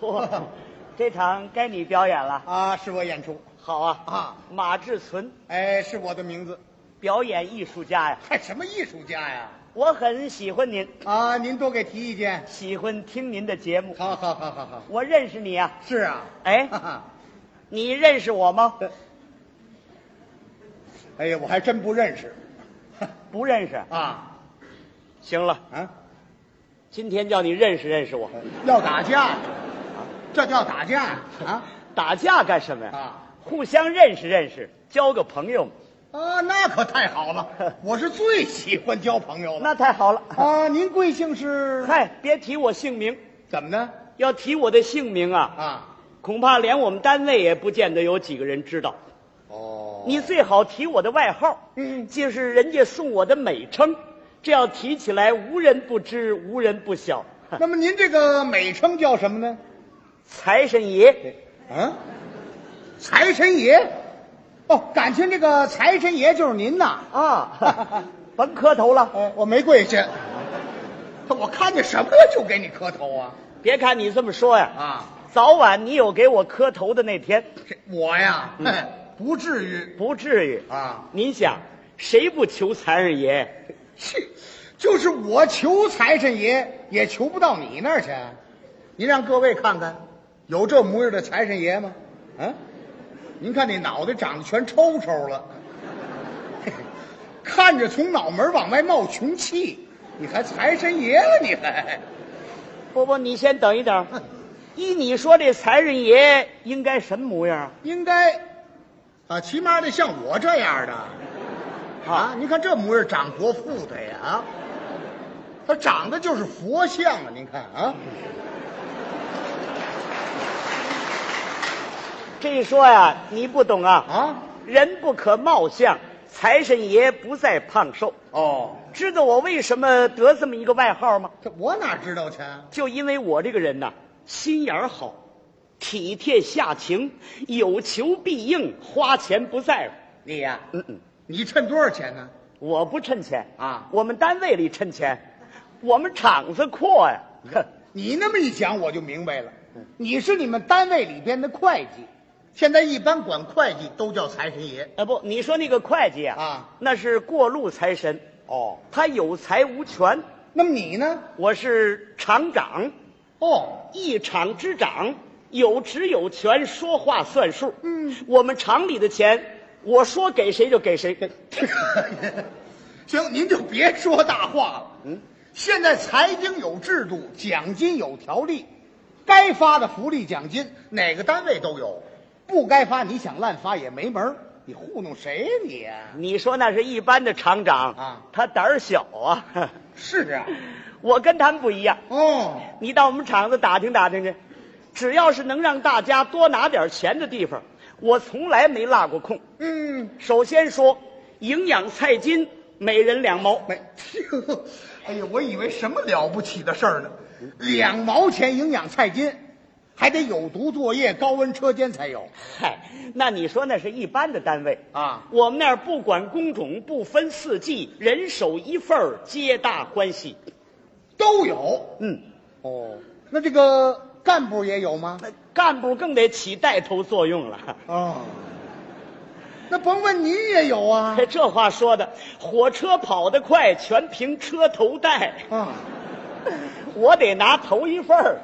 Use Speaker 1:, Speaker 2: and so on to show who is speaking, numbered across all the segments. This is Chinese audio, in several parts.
Speaker 1: 嚯， 这场该你表演了。
Speaker 2: 啊，是我演出，
Speaker 1: 好啊
Speaker 2: 啊！
Speaker 1: 马志存，
Speaker 2: 哎，是我的名字，
Speaker 1: 表演艺术家呀，
Speaker 2: 嗨，什么艺术家呀？
Speaker 1: 我很喜欢您，
Speaker 2: 啊，您多给提意见。
Speaker 1: 喜欢听您的节目。
Speaker 2: 好好好好好，
Speaker 1: 我认识你啊，
Speaker 2: 是啊，
Speaker 1: 哎
Speaker 2: 哈哈
Speaker 1: 你认识我吗？
Speaker 2: 哎呀，我还真不认识，
Speaker 1: 不认识。
Speaker 2: 啊
Speaker 1: 行了，
Speaker 2: 啊，
Speaker 1: 今天叫你认识认识我，
Speaker 2: 要打架，啊这叫打架啊
Speaker 1: 打架干什么呀？
Speaker 2: 啊
Speaker 1: 互相认识认识，交个朋友嘛。
Speaker 2: 啊！那可太 好了，我是最喜欢交朋友了。
Speaker 1: 那太好了。
Speaker 2: 啊，您贵姓是？
Speaker 1: 嗨，别提我姓名，
Speaker 2: 怎么呢？
Speaker 1: 要提我的姓名啊，
Speaker 2: 啊，
Speaker 1: 恐怕连我们单位也不见得有几个人知道。
Speaker 2: 哦
Speaker 1: 你最好提我的外号，
Speaker 2: 嗯
Speaker 1: 就是人家送我的美称，这要提起来无人不知，无人不晓。
Speaker 2: 那么您这个美称叫什么呢？
Speaker 1: 财神爷，
Speaker 2: 嗯，财神爷，哦，感情这个财神爷就是您呐？
Speaker 1: 啊， 甭磕头了。
Speaker 2: 哎，我没跪下，我看见什么了就给你磕头啊
Speaker 1: 别看你这么说呀，
Speaker 2: 啊！
Speaker 1: 早晚你有给我磕头的那天，
Speaker 2: 这我呀，
Speaker 1: 嗯
Speaker 2: 哎 不至于
Speaker 1: 不至于。
Speaker 2: 啊，
Speaker 1: 您想，谁不求财神爷？
Speaker 2: 去，就是我求财神爷也求不到你那儿去。您让各位看看，有这模样的财神爷吗？啊，您看那脑袋长得全抽抽了， 看着从脑门往外冒穷气，你还财神爷了？你还
Speaker 1: 不不，你先等一 等。依你说，这财神爷应该什么模样啊？
Speaker 2: 应该啊，起码得像我这样的。啊，您看这模样长多富态呀！啊，他长得就是佛像啊！您看啊，
Speaker 1: 这一说呀，你不懂啊。
Speaker 2: 啊，
Speaker 1: 人不可貌相，财神爷不在胖瘦。
Speaker 2: 哦，
Speaker 1: 知道我为什么得这么一个外号吗？
Speaker 2: 这我哪知道去啊？
Speaker 1: 就因为我这个人呐、心眼儿好，体贴下情，有求必应，花钱不在乎。
Speaker 2: 你呀、
Speaker 1: 嗯嗯，
Speaker 2: 你趁多少钱呢？
Speaker 1: 我不趁钱
Speaker 2: 啊
Speaker 1: 我们单位里趁钱，我们厂子阔呀、
Speaker 2: 嗯
Speaker 1: 哼
Speaker 2: 你那么一讲，我就明白了，你是你们单位里边的会计，现在一般管会计都叫财神爷。
Speaker 1: 啊不，你说那个会计啊，
Speaker 2: 啊
Speaker 1: 那是过路财神，
Speaker 2: 哦，
Speaker 1: 他有财无权。
Speaker 2: 那么你呢？
Speaker 1: 我是厂长，
Speaker 2: 哦，
Speaker 1: 一厂之长，有职有权，说话算数。
Speaker 2: 嗯，
Speaker 1: 我们厂里的钱，我说给谁就给 谁。
Speaker 2: 行，您就别说大话了。
Speaker 1: 嗯，
Speaker 2: 现在财经有制度，奖金有条例，该发的福利奖金哪个单位都有，不该发你想滥发也没门儿你糊弄谁呀你啊呀、
Speaker 1: 你说那是一般的厂长
Speaker 2: 啊
Speaker 1: 他胆儿小啊。
Speaker 2: 是啊，
Speaker 1: 我跟他们不一样，
Speaker 2: 哦，
Speaker 1: 你到我们厂子打听打听去，只要是能让大家多拿点钱的地方，我从来没落过空。
Speaker 2: 嗯，
Speaker 1: 首先说，营养菜金每人两毛，
Speaker 2: 没，哎呀，我以为什么了不起的事儿呢？两毛钱营养菜金，还得有毒作业、高温车间才有。
Speaker 1: 嗨，那你说那是一般的单位
Speaker 2: 啊
Speaker 1: 我们那儿不管工种，不分四季，人手一份儿，皆大欢喜。
Speaker 2: 都有。
Speaker 1: 嗯，
Speaker 2: 哦，那这个干部也有吗？
Speaker 1: 那干部更得起带头作用了。
Speaker 2: 哦，那甭问您也有啊
Speaker 1: 嘿这话说的，火车跑得快，全凭车头带。
Speaker 2: 啊！
Speaker 1: 我得拿头一份儿。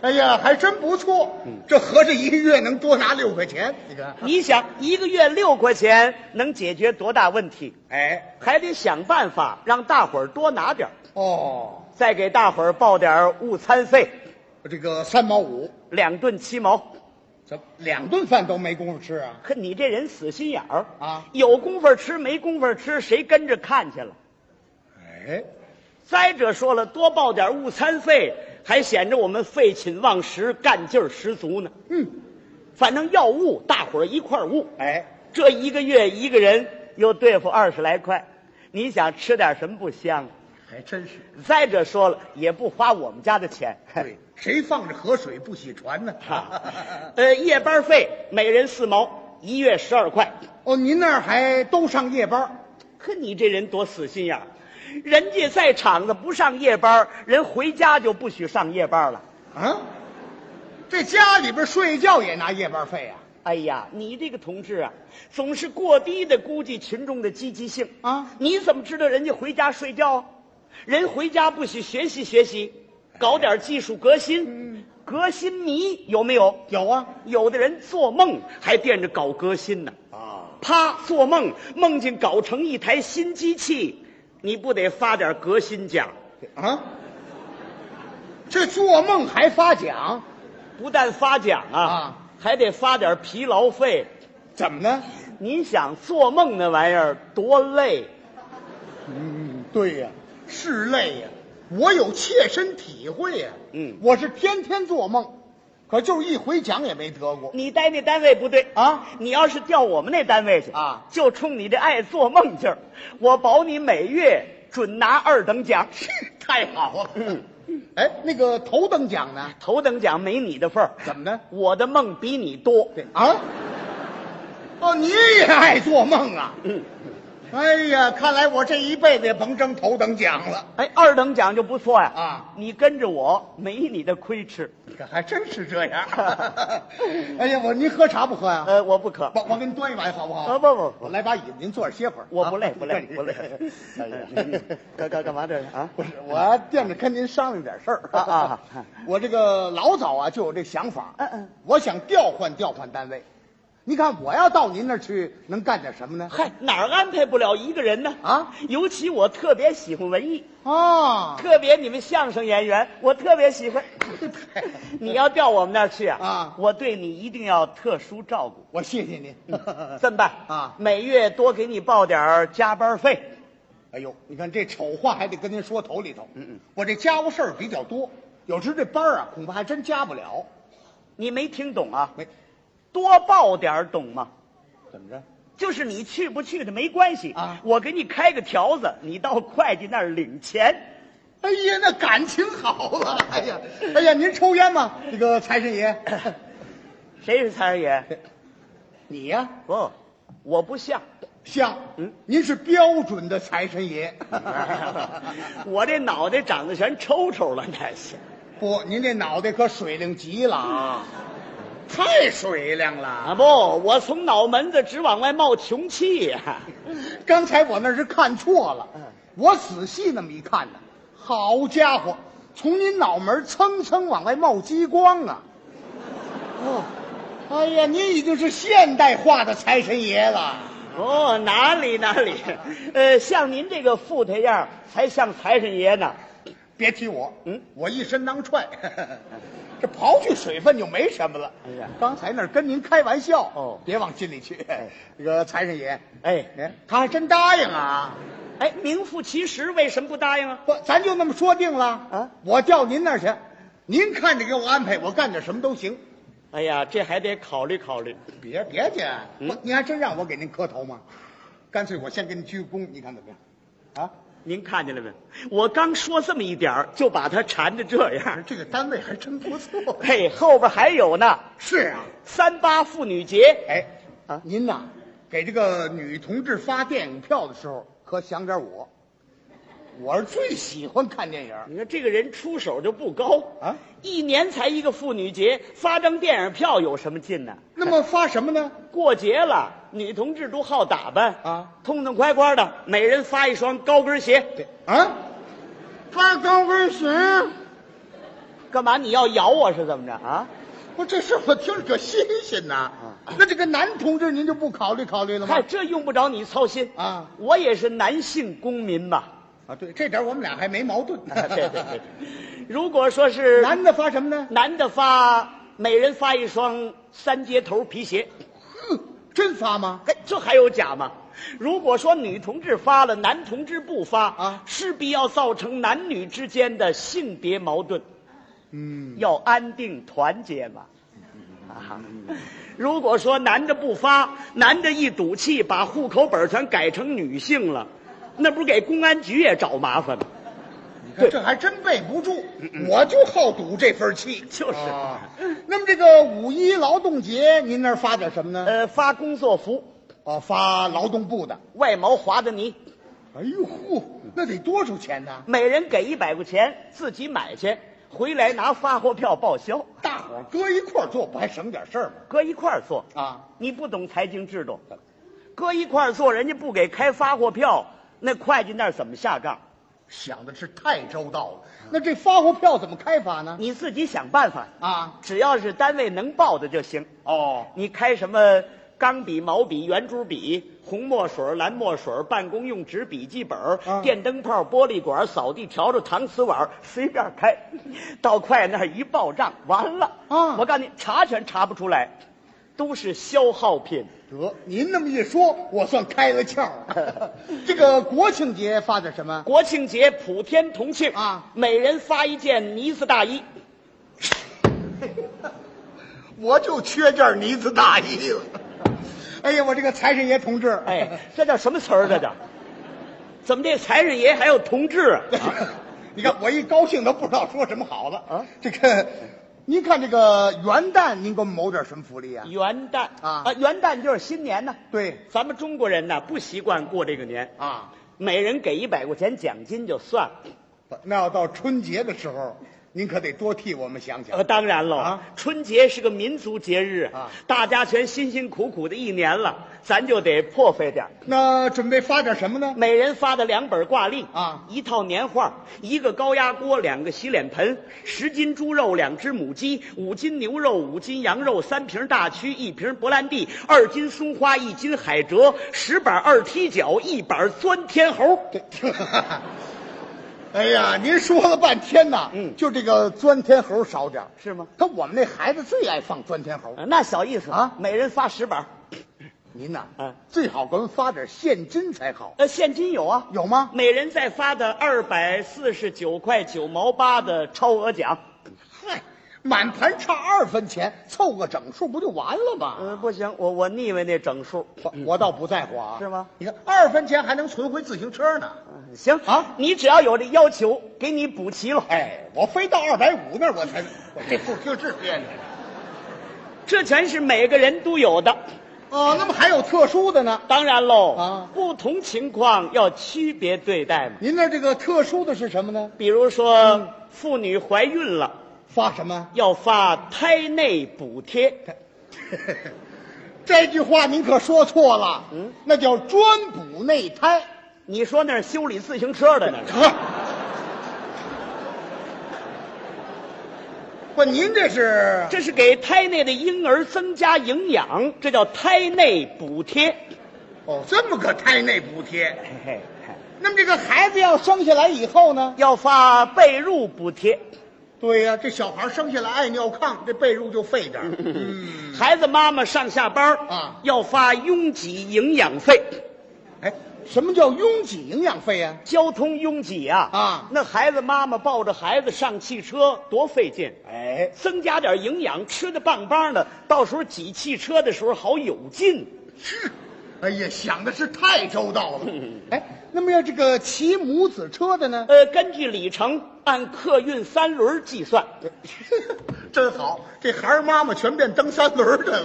Speaker 2: 哎呀，还真不错，这合着一个月能多拿六块钱，你看。
Speaker 1: 你想，一个月六块钱能解决多大问题？
Speaker 2: 哎，
Speaker 1: 还得想办法让大伙儿多拿点儿，
Speaker 2: 哦，
Speaker 1: 再给大伙儿报点儿午餐费，
Speaker 2: 这个三毛五，
Speaker 1: 两顿七毛。
Speaker 2: 怎么两顿饭都没工夫吃啊？
Speaker 1: 可你这人死心眼儿
Speaker 2: 啊
Speaker 1: 有功夫吃没功夫吃，谁跟着看去了？
Speaker 2: 哎，
Speaker 1: 再者说了，多报点午餐费，还显着我们废寝忘食、干劲儿十足呢。
Speaker 2: 嗯，
Speaker 1: 反正要悟，大伙儿一块儿悟。
Speaker 2: 哎，
Speaker 1: 这一个月一个人又对付二十来块，你想吃点什么不香？
Speaker 2: 还真是。
Speaker 1: 再者说了，也不花我们家的钱。
Speaker 2: 对，谁放着河水不洗船呢？
Speaker 1: 啊，呃，夜班费每人四毛，一月十二块。
Speaker 2: 哦，您那儿还都上夜班儿？
Speaker 1: 可你这人多死心眼儿，人家在厂子不上夜班，人回家就不许上夜班了。
Speaker 2: 啊，这家里边睡觉也拿夜班费啊？
Speaker 1: 哎呀，你这个同志啊，总是过低的估计群众的积极性
Speaker 2: 啊
Speaker 1: 你怎么知道人家回家睡觉啊？人回家不许学习学习，搞点技术革新，革新迷有没有？
Speaker 2: 嗯有啊，
Speaker 1: 有的人做梦还惦着搞革新呢，
Speaker 2: 啊，
Speaker 1: 啪做梦梦见搞成一台新机器，你不得发点革新奖？
Speaker 2: 啊，这做梦还发奖，
Speaker 1: 不但发奖啊，
Speaker 2: 啊
Speaker 1: 还得发点疲劳费。
Speaker 2: 怎么呢？
Speaker 1: 您想做梦那玩意儿多累？
Speaker 2: 嗯，对呀、是累呀、我有切身体会呀、
Speaker 1: 嗯
Speaker 2: 我是天天做梦，可就是一回奖也没得过
Speaker 1: 你待那单位不对
Speaker 2: 啊
Speaker 1: 你要是调我们那单位去
Speaker 2: 啊
Speaker 1: 就冲你这爱做梦劲儿，我保你每月准拿二等奖。
Speaker 2: 太好了。
Speaker 1: 嗯
Speaker 2: 哎，那个头等奖呢？
Speaker 1: 头等奖没你的份儿，
Speaker 2: 怎么的？
Speaker 1: 我的梦比你多。
Speaker 2: 对啊，哦，你也爱做梦啊？
Speaker 1: 嗯，
Speaker 2: 哎呀，看来我这一辈子也甭争头等奖了。
Speaker 1: 哎，二等奖就不错呀。
Speaker 2: 啊，
Speaker 1: 你跟着我没你的亏吃。
Speaker 2: 你看，还真是 这样。哎呀，我您喝茶不喝呀、
Speaker 1: 呃，我不渴。
Speaker 2: 我我给您端一碗好不好？
Speaker 1: 啊不不不
Speaker 2: 我来把椅子，您坐着歇会儿。
Speaker 1: 我不累
Speaker 2: 啊
Speaker 1: 不 累不累 哎呀你干干干嘛这是啊
Speaker 2: 不是，我惦着跟您商量点事儿
Speaker 1: 啊啊啊
Speaker 2: 我这个老早啊就有这想法，
Speaker 1: 嗯嗯，
Speaker 2: 我想调换调换单位。你看我要到您那儿去，能干点什么呢？
Speaker 1: 嗨，哪儿安排不了一个人呢？
Speaker 2: 啊，
Speaker 1: 尤其我特别喜欢文艺，
Speaker 2: 啊，
Speaker 1: 特别你们相声演员，我特别喜 欢。你要调我们那儿去啊？
Speaker 2: 啊
Speaker 1: 我对你一定要特殊照 顾。
Speaker 2: 我谢谢您。
Speaker 1: 这么办
Speaker 2: 啊
Speaker 1: 每月多给你报点儿加班费。
Speaker 2: 哎呦，你看这丑话还得跟您说头里头。嗯嗯，我这家务事儿比较多，有时这班儿啊恐怕还真加不了。
Speaker 1: 你没听懂啊？
Speaker 2: 没，
Speaker 1: 多报点儿懂吗？
Speaker 2: 怎么着？
Speaker 1: 就是你去不去的没关系
Speaker 2: 啊
Speaker 1: 我给你开个条子，你到会计那儿领钱。
Speaker 2: 哎呀，那感情好了。 哎呀，哎呀，您抽烟吗？这个财神爷，
Speaker 1: 谁是财神爷？
Speaker 2: 你呀、
Speaker 1: 不，我不 像。
Speaker 2: 像，
Speaker 1: 嗯
Speaker 2: 您是标准的财神 爷。
Speaker 1: 我这脑袋长得全抽抽了，那是。
Speaker 2: 不，您这脑袋可水灵极了啊，太水灵了。
Speaker 1: 啊不，我从脑门子直往外冒穷气呀、
Speaker 2: 刚才我那是看错了，
Speaker 1: 嗯
Speaker 2: 我仔细那么一看呢，好家伙，从您脑门蹭蹭往外冒激光啊！哦，哎呀，您已经是现代化的财神爷了。
Speaker 1: 哦，哪里哪里，呃，像您这个富态样儿才像财神爷呢。
Speaker 2: 别提我，
Speaker 1: 嗯，
Speaker 2: 我一身 当踹，这刨去水分就没什么了。
Speaker 1: 哎呀
Speaker 2: 刚才那儿跟您开玩笑，
Speaker 1: 哦
Speaker 2: 别往心里去。那个财神爷，
Speaker 1: 哎
Speaker 2: 哎，他还真答应啊！
Speaker 1: 哎，名副其实，为什么不答应啊？
Speaker 2: 不，咱就那么说定了
Speaker 1: 啊！
Speaker 2: 我调您那儿去，您看着给我安排，我干点什么都行。
Speaker 1: 哎呀，这还得考虑考虑。
Speaker 2: 别别介，
Speaker 1: 嗯
Speaker 2: 我您还真让我给您磕头吗？干脆我先给您鞠躬，你看怎么样？啊，
Speaker 1: 您看见了没？我刚说这么一点儿，就把他缠得这样。
Speaker 2: 这个单位还真不错。
Speaker 1: 嘿，后边还有呢，
Speaker 2: 是啊，
Speaker 1: 三八妇女节。
Speaker 2: 哎，
Speaker 1: 啊
Speaker 2: 您呐，给这个女同志发电影票的时候，可想点我，我是最喜欢看电影。
Speaker 1: 你看这个人出手就不高
Speaker 2: 啊，
Speaker 1: 一年才一个妇女节，发张电影票有什么劲呢？
Speaker 2: 那么发什么呢？
Speaker 1: 过节了，女同志都好打扮
Speaker 2: 啊，
Speaker 1: 痛痛快快的，每人发一双高跟鞋。
Speaker 2: 对啊，发高跟鞋。
Speaker 1: 干嘛你要咬我是怎么着啊？
Speaker 2: 不，这事儿我听着可新鲜呐。那这个男同志，您就不考虑考虑了
Speaker 1: 嗨，
Speaker 2: 吗？
Speaker 1: 这用不着你操心
Speaker 2: 啊
Speaker 1: 我也是男性公民 嘛。
Speaker 2: 啊，对，这点我们俩还没矛盾呢。
Speaker 1: 啊对对对，如果说是
Speaker 2: 男的发什么呢？
Speaker 1: 男的发，每人发一双三接头皮鞋，
Speaker 2: 哼，嗯真发吗？
Speaker 1: 嘿，这还有假吗？如果说女同志发了，男同志不发
Speaker 2: 啊
Speaker 1: 势必要造成男女之间的性别矛盾。
Speaker 2: 嗯，
Speaker 1: 要安定团结嘛。啊，如果说男的不发，男的一赌气把户口本全改成女性了，那不是给公安局也找麻烦吗？
Speaker 2: 你看
Speaker 1: 对
Speaker 2: 这还真备不住，我就好赌这份气。
Speaker 1: 就是
Speaker 2: 啊那么这个五一劳动节，您那儿发点什么呢？
Speaker 1: 呃，发工作服，
Speaker 2: 哦，发劳动部的。
Speaker 1: 外毛滑的泥，
Speaker 2: 哎呦嚯，那得多少钱呢？
Speaker 1: 每人给一百块钱，自己买去。回来拿发货票报销，
Speaker 2: 大伙儿搁一块儿做，不还省点事儿吗？
Speaker 1: 搁一块儿做。
Speaker 2: 啊，
Speaker 1: 你不懂财经制度，搁一块儿做，人家不给开发货票，那会计那儿怎么下账？
Speaker 2: 想的是太周到了。那这发货票怎么开发呢？
Speaker 1: 你自己想办法，
Speaker 2: 啊，
Speaker 1: 只要是单位能报的就行。
Speaker 2: 哦，
Speaker 1: 你开什么钢笔、毛笔、圆珠笔、红墨水、蓝墨水、办公用纸、笔记本、
Speaker 2: 啊
Speaker 1: 电灯泡、玻璃管、扫地笤帚、搪瓷碗，随便 开，到会计那儿一报账，完了。
Speaker 2: 啊
Speaker 1: 我告诉你，查全查不出来，都是消耗品。
Speaker 2: 得，您那么一说，我算开了窍 了。这个国庆节发点什么？
Speaker 1: 国庆节普天同庆
Speaker 2: 啊
Speaker 1: 每人发一件呢子大衣。
Speaker 2: 我就缺件呢子大衣了。 哎呀，我这个财神爷同志，
Speaker 1: 哎，这叫什么词儿？这叫？怎么这财神爷还有同志啊？
Speaker 2: 你看我一高兴都不知道说什么好了
Speaker 1: 啊
Speaker 2: 这个，您看这个元旦，您给我们谋点什么福利啊？
Speaker 1: 元旦
Speaker 2: 啊
Speaker 1: 元旦就是新年呢。
Speaker 2: 对
Speaker 1: 咱们中国人呢不习惯过这个年，
Speaker 2: 啊，
Speaker 1: 每人给一百块钱奖金就算了。
Speaker 2: 不那要到春节的时候，您可得多替我们想想
Speaker 1: 呃，。当然喽，
Speaker 2: 啊
Speaker 1: 春节是个民族节日
Speaker 2: 啊
Speaker 1: 大家全辛辛苦苦的一年了，咱就得破费点儿
Speaker 2: 那准备发点什么呢？
Speaker 1: 每人发的两本挂历
Speaker 2: 啊
Speaker 1: 一套年画，一个高压锅，两个洗脸盆，十斤猪肉，两只母鸡，五斤牛肉，五斤羊肉，三瓶大曲，一瓶勃兰地，二斤松花，一斤海蜇，十板二踢脚，一板钻天猴。
Speaker 2: 对，哎呀，您说了半天呐，
Speaker 1: 嗯
Speaker 2: 就这个钻天猴少点儿
Speaker 1: 是吗？
Speaker 2: 可我们那孩子最爱放钻天猴，
Speaker 1: 啊那小意思
Speaker 2: 啊
Speaker 1: 每人发十本儿。
Speaker 2: 您呐，
Speaker 1: 嗯
Speaker 2: 最好给我们发点现金才好，
Speaker 1: 呃，现金有啊，
Speaker 2: 有吗？
Speaker 1: 每人再发的二百四十九块九毛八的超额奖。
Speaker 2: 嗨，满盘差二分钱，凑个整数不就完了吗？
Speaker 1: 嗯、不行，我我腻歪那整数。
Speaker 2: 我我倒不在乎啊，
Speaker 1: 嗯是吗？
Speaker 2: 你看二分钱还能存回自行车呢，
Speaker 1: 嗯行
Speaker 2: 啊
Speaker 1: 你只要有这要求，给你补齐了。
Speaker 2: 哎，我非到二百五那儿我才，我这数听是编的。
Speaker 1: 这全是每个人都有的。
Speaker 2: 哦，那么还有特殊的呢？
Speaker 1: 当然喽，
Speaker 2: 啊
Speaker 1: 不同情况要区别对待嘛。
Speaker 2: 您那这个特殊的是什么呢？
Speaker 1: 比如说，妇女怀孕了，
Speaker 2: 发 什么？
Speaker 1: 要发胎内补贴。
Speaker 2: 这句话您可说错了，嗯，那叫专补内胎。
Speaker 1: 你说那是修理自行车的呢？
Speaker 2: 不，您这是
Speaker 1: 这是给胎内的婴儿增加营养，这叫胎内补贴。
Speaker 2: 哦，这么个胎内补贴。
Speaker 1: 嘿嘿嘿
Speaker 2: 那么这个孩子要生下来以后呢？
Speaker 1: 要发被褥补贴，
Speaker 2: 对呀、这小孩生下来爱尿炕，这被褥就费点 儿。嗯，
Speaker 1: 孩子妈妈上下班儿
Speaker 2: 啊
Speaker 1: 要发拥挤营养费。
Speaker 2: 哎，什么叫拥挤营养费呀、
Speaker 1: 交通拥挤啊
Speaker 2: 啊
Speaker 1: 那孩子妈妈抱着孩子上汽车多费劲，
Speaker 2: 哎，
Speaker 1: 增加点营养，吃的棒棒的，到时候挤汽车的时候好有劲。
Speaker 2: 是，哎呀，想的是太周到了。 哎，那么要这个骑母子车的呢？
Speaker 1: 呃，根据里程按客运三轮计算，
Speaker 2: 真好，这孩儿妈妈全变蹬三轮儿去了。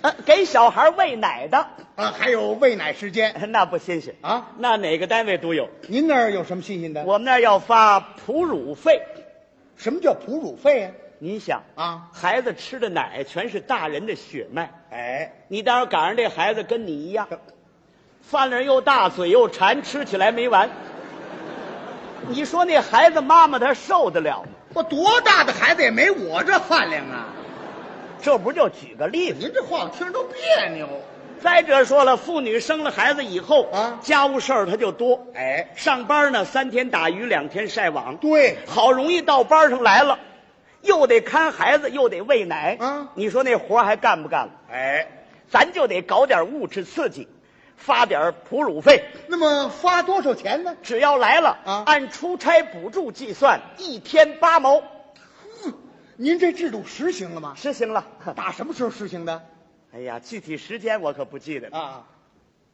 Speaker 1: 呃，给小孩喂奶的呃
Speaker 2: 啊，还有喂奶时间，
Speaker 1: 那不新鲜
Speaker 2: 啊，
Speaker 1: 那哪个单位都有。
Speaker 2: 您那儿有什么新鲜的？
Speaker 1: 我们那儿要发哺乳费，
Speaker 2: 什么叫哺乳费呀、
Speaker 1: 你想，
Speaker 2: 啊？
Speaker 1: 孩子吃的奶全是大人的血脉，
Speaker 2: 哎，
Speaker 1: 你待会儿赶上这孩子跟你一样，饭量又大，嘴又馋，吃起来没完。你说那孩子妈妈她受得了吗？
Speaker 2: 我多大的孩子也没我这饭量啊！
Speaker 1: 这不就举个例子？
Speaker 2: 您这话我听着都别扭。
Speaker 1: 再者说了，妇女生了孩子以后
Speaker 2: 啊
Speaker 1: 家务事儿她就多。
Speaker 2: 哎，
Speaker 1: 上班呢，三天打鱼两天晒网，
Speaker 2: 对，
Speaker 1: 好容易到班上来了，又得看孩子，又得喂奶。
Speaker 2: 啊
Speaker 1: 你说那活儿还干不干了？
Speaker 2: 哎，
Speaker 1: 咱就得搞点物质刺激，发点哺乳费。
Speaker 2: 那么发多少钱呢？
Speaker 1: 只要来了
Speaker 2: 啊
Speaker 1: 按出差补助计算，一天八毛，
Speaker 2: 您这制度实行了吗？
Speaker 1: 实行了。
Speaker 2: 打什么时候实行的？
Speaker 1: 哎呀，具体时间我可不记得了
Speaker 2: 啊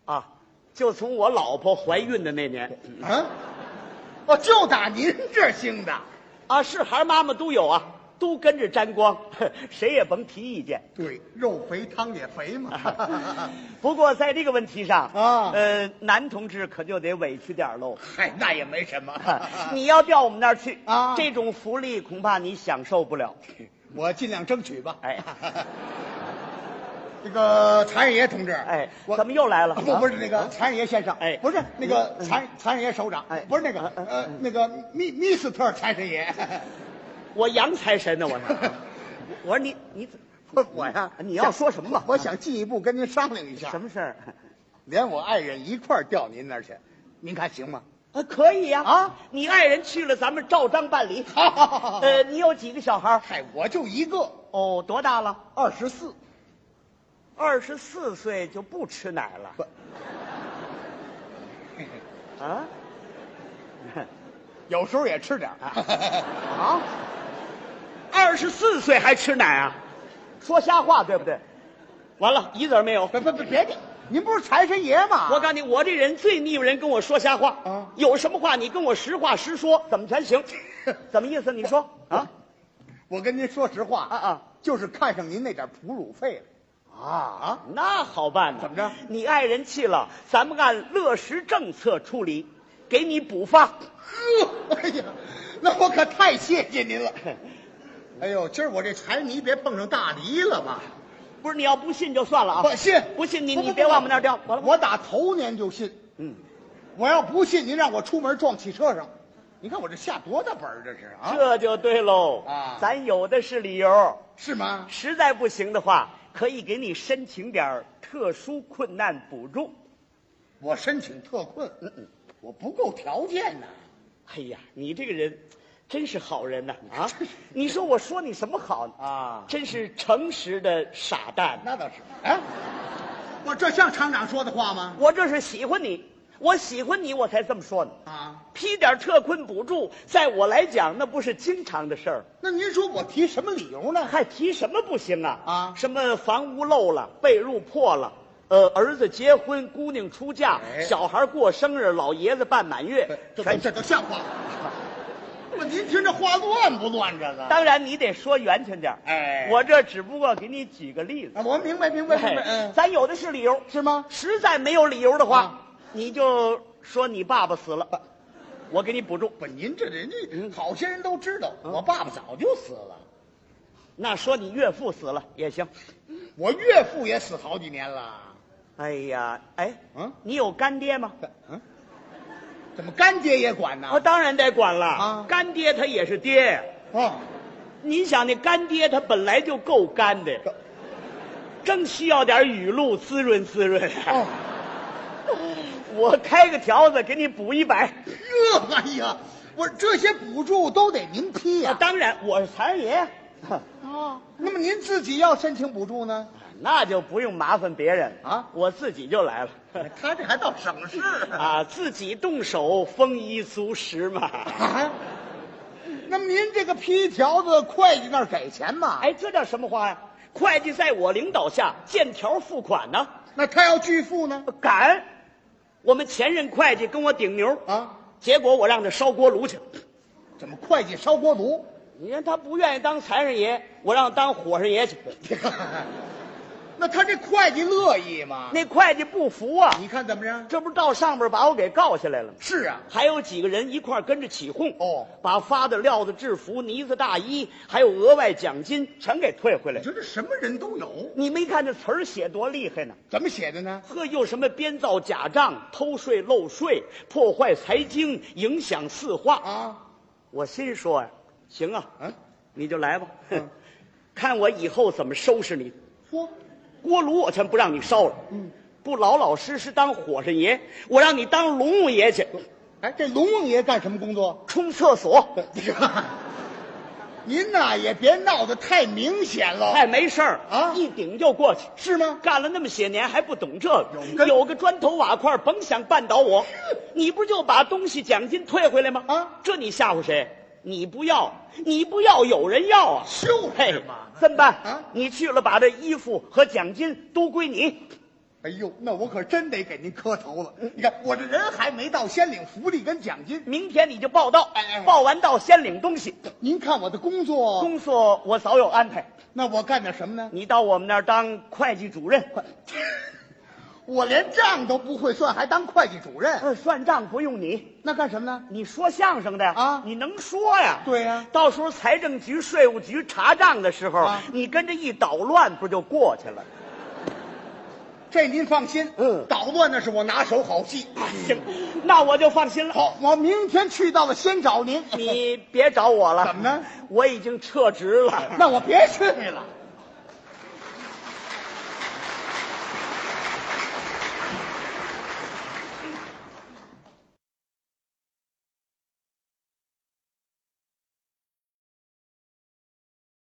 Speaker 1: 啊，就从我老婆怀孕的那年
Speaker 2: 啊！我就打您这兴的。
Speaker 1: 啊，是孩儿妈妈都有啊，都跟着沾光， 谁也甭提意见。
Speaker 2: 对，肉肥汤也肥 嘛。
Speaker 1: 不过在这个问题上
Speaker 2: 啊
Speaker 1: 呃，男同志可就得委屈点儿 喽。
Speaker 2: 嗨，那也没什 么
Speaker 1: 你要调我们那儿去
Speaker 2: 啊
Speaker 1: 这种福利恐怕你享受不 了。
Speaker 2: 我尽量争取吧。
Speaker 1: 哎，
Speaker 2: 这个残忍爷同志，
Speaker 1: 哎，
Speaker 2: 我
Speaker 1: 怎么又来了？
Speaker 2: 不不是
Speaker 1: 啊
Speaker 2: 那个残忍爷先生，
Speaker 1: 哎
Speaker 2: 不是那个残残忍爷首长，
Speaker 1: 哎
Speaker 2: 不是那个
Speaker 1: 嗯嗯
Speaker 2: 呃那个密密斯特财神爷，
Speaker 1: 我洋财神呢，我是。我说你你怎
Speaker 2: 不是我呀，
Speaker 1: 你要说什么吧
Speaker 2: 我想进一步跟您商量一下，
Speaker 1: 什么事儿？
Speaker 2: 连我爱人一块儿调您那儿去，您看行吗？
Speaker 1: 啊，可以呀
Speaker 2: 啊
Speaker 1: 你爱人去了，咱们照章办理。
Speaker 2: 好好好好
Speaker 1: 呃，你有几个小孩儿？
Speaker 2: 嗨，我就一个，
Speaker 1: 哦，多大了？
Speaker 2: 二十四，
Speaker 1: 二十四岁就不吃奶了
Speaker 2: 不，
Speaker 1: 啊？
Speaker 2: 有时候也吃点儿啊。
Speaker 1: 啊？二十四岁还吃奶啊？说瞎话对不啊对？完了，一子儿没有。
Speaker 2: 别别别别介，您不是财神爷吗？
Speaker 1: 我告诉你，我这人最腻歪人跟我说瞎话。
Speaker 2: 啊
Speaker 1: 有什么话你跟我实话实说，怎么全行？ 怎么意思？你说啊
Speaker 2: 我跟您说实话
Speaker 1: 啊啊，
Speaker 2: 就是看上您那点哺乳费了。
Speaker 1: 啊啊！那好办呢。
Speaker 2: 怎么着
Speaker 1: 你爱人气了，咱们按乐时政策处理，给你补发。
Speaker 2: 呵，哎呀，那我可太谢谢您了。 哎呦，今儿我这财迷别碰上大梨了吧？
Speaker 1: 不是你要不信就算了啊！
Speaker 2: 不信
Speaker 1: 不信你
Speaker 2: 不不
Speaker 1: 你
Speaker 2: 不
Speaker 1: 别往我们那儿掉。完了，
Speaker 2: 我打头年就信，
Speaker 1: 嗯，
Speaker 2: 我要不信，您让我出门撞汽车上，你看我这下多大本儿这是啊？
Speaker 1: 这就对喽。
Speaker 2: 啊
Speaker 1: 咱有的是理由。
Speaker 2: 是吗？
Speaker 1: 实在不行的话，可以给你申请点儿特殊困难补助。
Speaker 2: 我申请特困，嗯嗯，我不够条件呐。
Speaker 1: 哎呀，你这个人真是好人呐！ 啊，你说我说你什么好呢？
Speaker 2: 啊
Speaker 1: 真是诚实的傻蛋。
Speaker 2: 那倒是，哎，我这像厂长说的话吗？
Speaker 1: 我这是喜欢你，我喜欢你，我才这么说呢。
Speaker 2: 啊，
Speaker 1: 批点特困补助，在我来讲，那不是经常的事儿。
Speaker 2: 那您说我提什么理由呢？
Speaker 1: 还提什么不行啊？
Speaker 2: 啊
Speaker 1: 什么房屋漏了，被褥破了，呃，儿子结婚，姑娘出嫁，
Speaker 2: 哎
Speaker 1: 小孩过生日，老爷子办满月，
Speaker 2: 这
Speaker 1: 全
Speaker 2: 这都像 话吗？我您听这话乱不乱？这个。
Speaker 1: 当然，你得说圆圈点儿
Speaker 2: 哎
Speaker 1: 我这只不过给你举个例子。
Speaker 2: 啊，我明白明白明白，
Speaker 1: 哎
Speaker 2: 嗯，
Speaker 1: 咱有的是理由，
Speaker 2: 是吗？
Speaker 1: 实在没有理由的话，
Speaker 2: 啊
Speaker 1: 你就说你爸爸死了，我给你补助。
Speaker 2: 不，您这人
Speaker 1: 嗯
Speaker 2: 家好些人都知道，
Speaker 1: 嗯
Speaker 2: 我爸爸早就死了，
Speaker 1: 那说你岳父死了也行。
Speaker 2: 我岳父也死好几年了。
Speaker 1: 哎呀，哎，
Speaker 2: 嗯
Speaker 1: 你有干爹吗？
Speaker 2: 嗯，怎么干爹也管呢？
Speaker 1: 我啊当然得管了，
Speaker 2: 啊
Speaker 1: 干爹他也是爹呀。
Speaker 2: 哦，
Speaker 1: 你想那干爹他本来就够干的，正需要点雨露滋润滋润。
Speaker 2: 哦，
Speaker 1: 我开个条子给你补一百。
Speaker 2: 这哎呀，我这些补助都得您批
Speaker 1: 那
Speaker 2: 呀。
Speaker 1: 当然，我是财神爷，
Speaker 2: 哦，那么您自己要申请补助 呢？
Speaker 1: 那就不用麻烦别人
Speaker 2: 啊
Speaker 1: 我自己就 来了。
Speaker 2: 他这还倒省事啊！
Speaker 1: 啊，自己动手，丰衣足食嘛。
Speaker 2: 啊，那么您这个批条子，会计那儿给钱吗？
Speaker 1: 哎，这叫什么话呀、会计在我领导下见条付款呢、
Speaker 2: 那他要拒付呢？
Speaker 1: 敢！我们前任会计跟我顶牛，
Speaker 2: 啊，
Speaker 1: 结果我让他烧锅炉去。
Speaker 2: 怎么会计烧锅炉？
Speaker 1: 你看他不愿意当财神爷，我让他当火神爷去。
Speaker 2: 那他这会计乐意吗？
Speaker 1: 那会计不服啊，
Speaker 2: 你看怎么着？
Speaker 1: 这不是到上边把我给告下来了吗？
Speaker 2: 是啊，
Speaker 1: 还有几个人一块儿跟着起哄，
Speaker 2: 哦
Speaker 1: 把发的、料的、制服、呢子、大衣，还有额外奖金全给退回来
Speaker 2: 你。说这什么人都有，
Speaker 1: 你没看这词儿写多厉害呢？
Speaker 2: 怎么写的呢？
Speaker 1: 呵，又什么编造假账、偷税漏税、破坏财经、影响四化
Speaker 2: 啊，
Speaker 1: 我心说呀、行啊，
Speaker 2: 嗯，
Speaker 1: 你就来吧，
Speaker 2: 嗯
Speaker 1: 看我以后怎么收拾你。
Speaker 2: 嚯，
Speaker 1: 锅炉我全不让你烧了，
Speaker 2: 嗯，
Speaker 1: 不老老实实当火神爷，我让你当龙王爷去，
Speaker 2: 哎，这龙王爷干什么工作？
Speaker 1: 冲厕所。
Speaker 2: 嗯您呐也别闹得太明显了，
Speaker 1: 哎，没事儿
Speaker 2: 啊
Speaker 1: 一顶就过去。
Speaker 2: 是吗？
Speaker 1: 干了那么些年还不懂这
Speaker 2: 有
Speaker 1: 个，
Speaker 2: 根
Speaker 1: 有个砖头瓦块，甭想绊倒 我。你不就把东西奖金退回来吗？
Speaker 2: 啊，
Speaker 1: 这你吓唬谁？你不要，你不要，有人要啊！
Speaker 2: 就是
Speaker 1: 嘿
Speaker 2: 嘛，
Speaker 1: 这么办
Speaker 2: 啊
Speaker 1: 你去了，把这衣服和奖金都归你。
Speaker 2: 哎呦，那我可真得给您磕头了。
Speaker 1: 嗯
Speaker 2: 你看我这人还没到，先领福利跟奖金。
Speaker 1: 明天你就报到，
Speaker 2: 哎哦哎哎
Speaker 1: 报完到先领东西。
Speaker 2: 您看我的工作，
Speaker 1: 工作我早有安排，
Speaker 2: 那我干点什么呢？
Speaker 1: 你到我们那儿当会计主任，
Speaker 2: 我连账都不会算，还当会计主任，
Speaker 1: 呃，算账不用你，
Speaker 2: 那干什么呢？
Speaker 1: 你说相声的呀
Speaker 2: 啊
Speaker 1: 你能说呀？
Speaker 2: 对呀
Speaker 1: 到时候财政局、税务局查账的时候，
Speaker 2: 啊
Speaker 1: 你跟着一捣乱，不就过去 了？
Speaker 2: 这您放心，
Speaker 1: 嗯
Speaker 2: 捣乱那是我拿手好戏。
Speaker 1: 行，那我就放心了。
Speaker 2: 哎好，我明天去到了先
Speaker 1: 嗯
Speaker 2: 找您。
Speaker 1: 你别找我了，
Speaker 2: 怎么呢？
Speaker 1: 我已经撤职了。
Speaker 2: 那我别去了，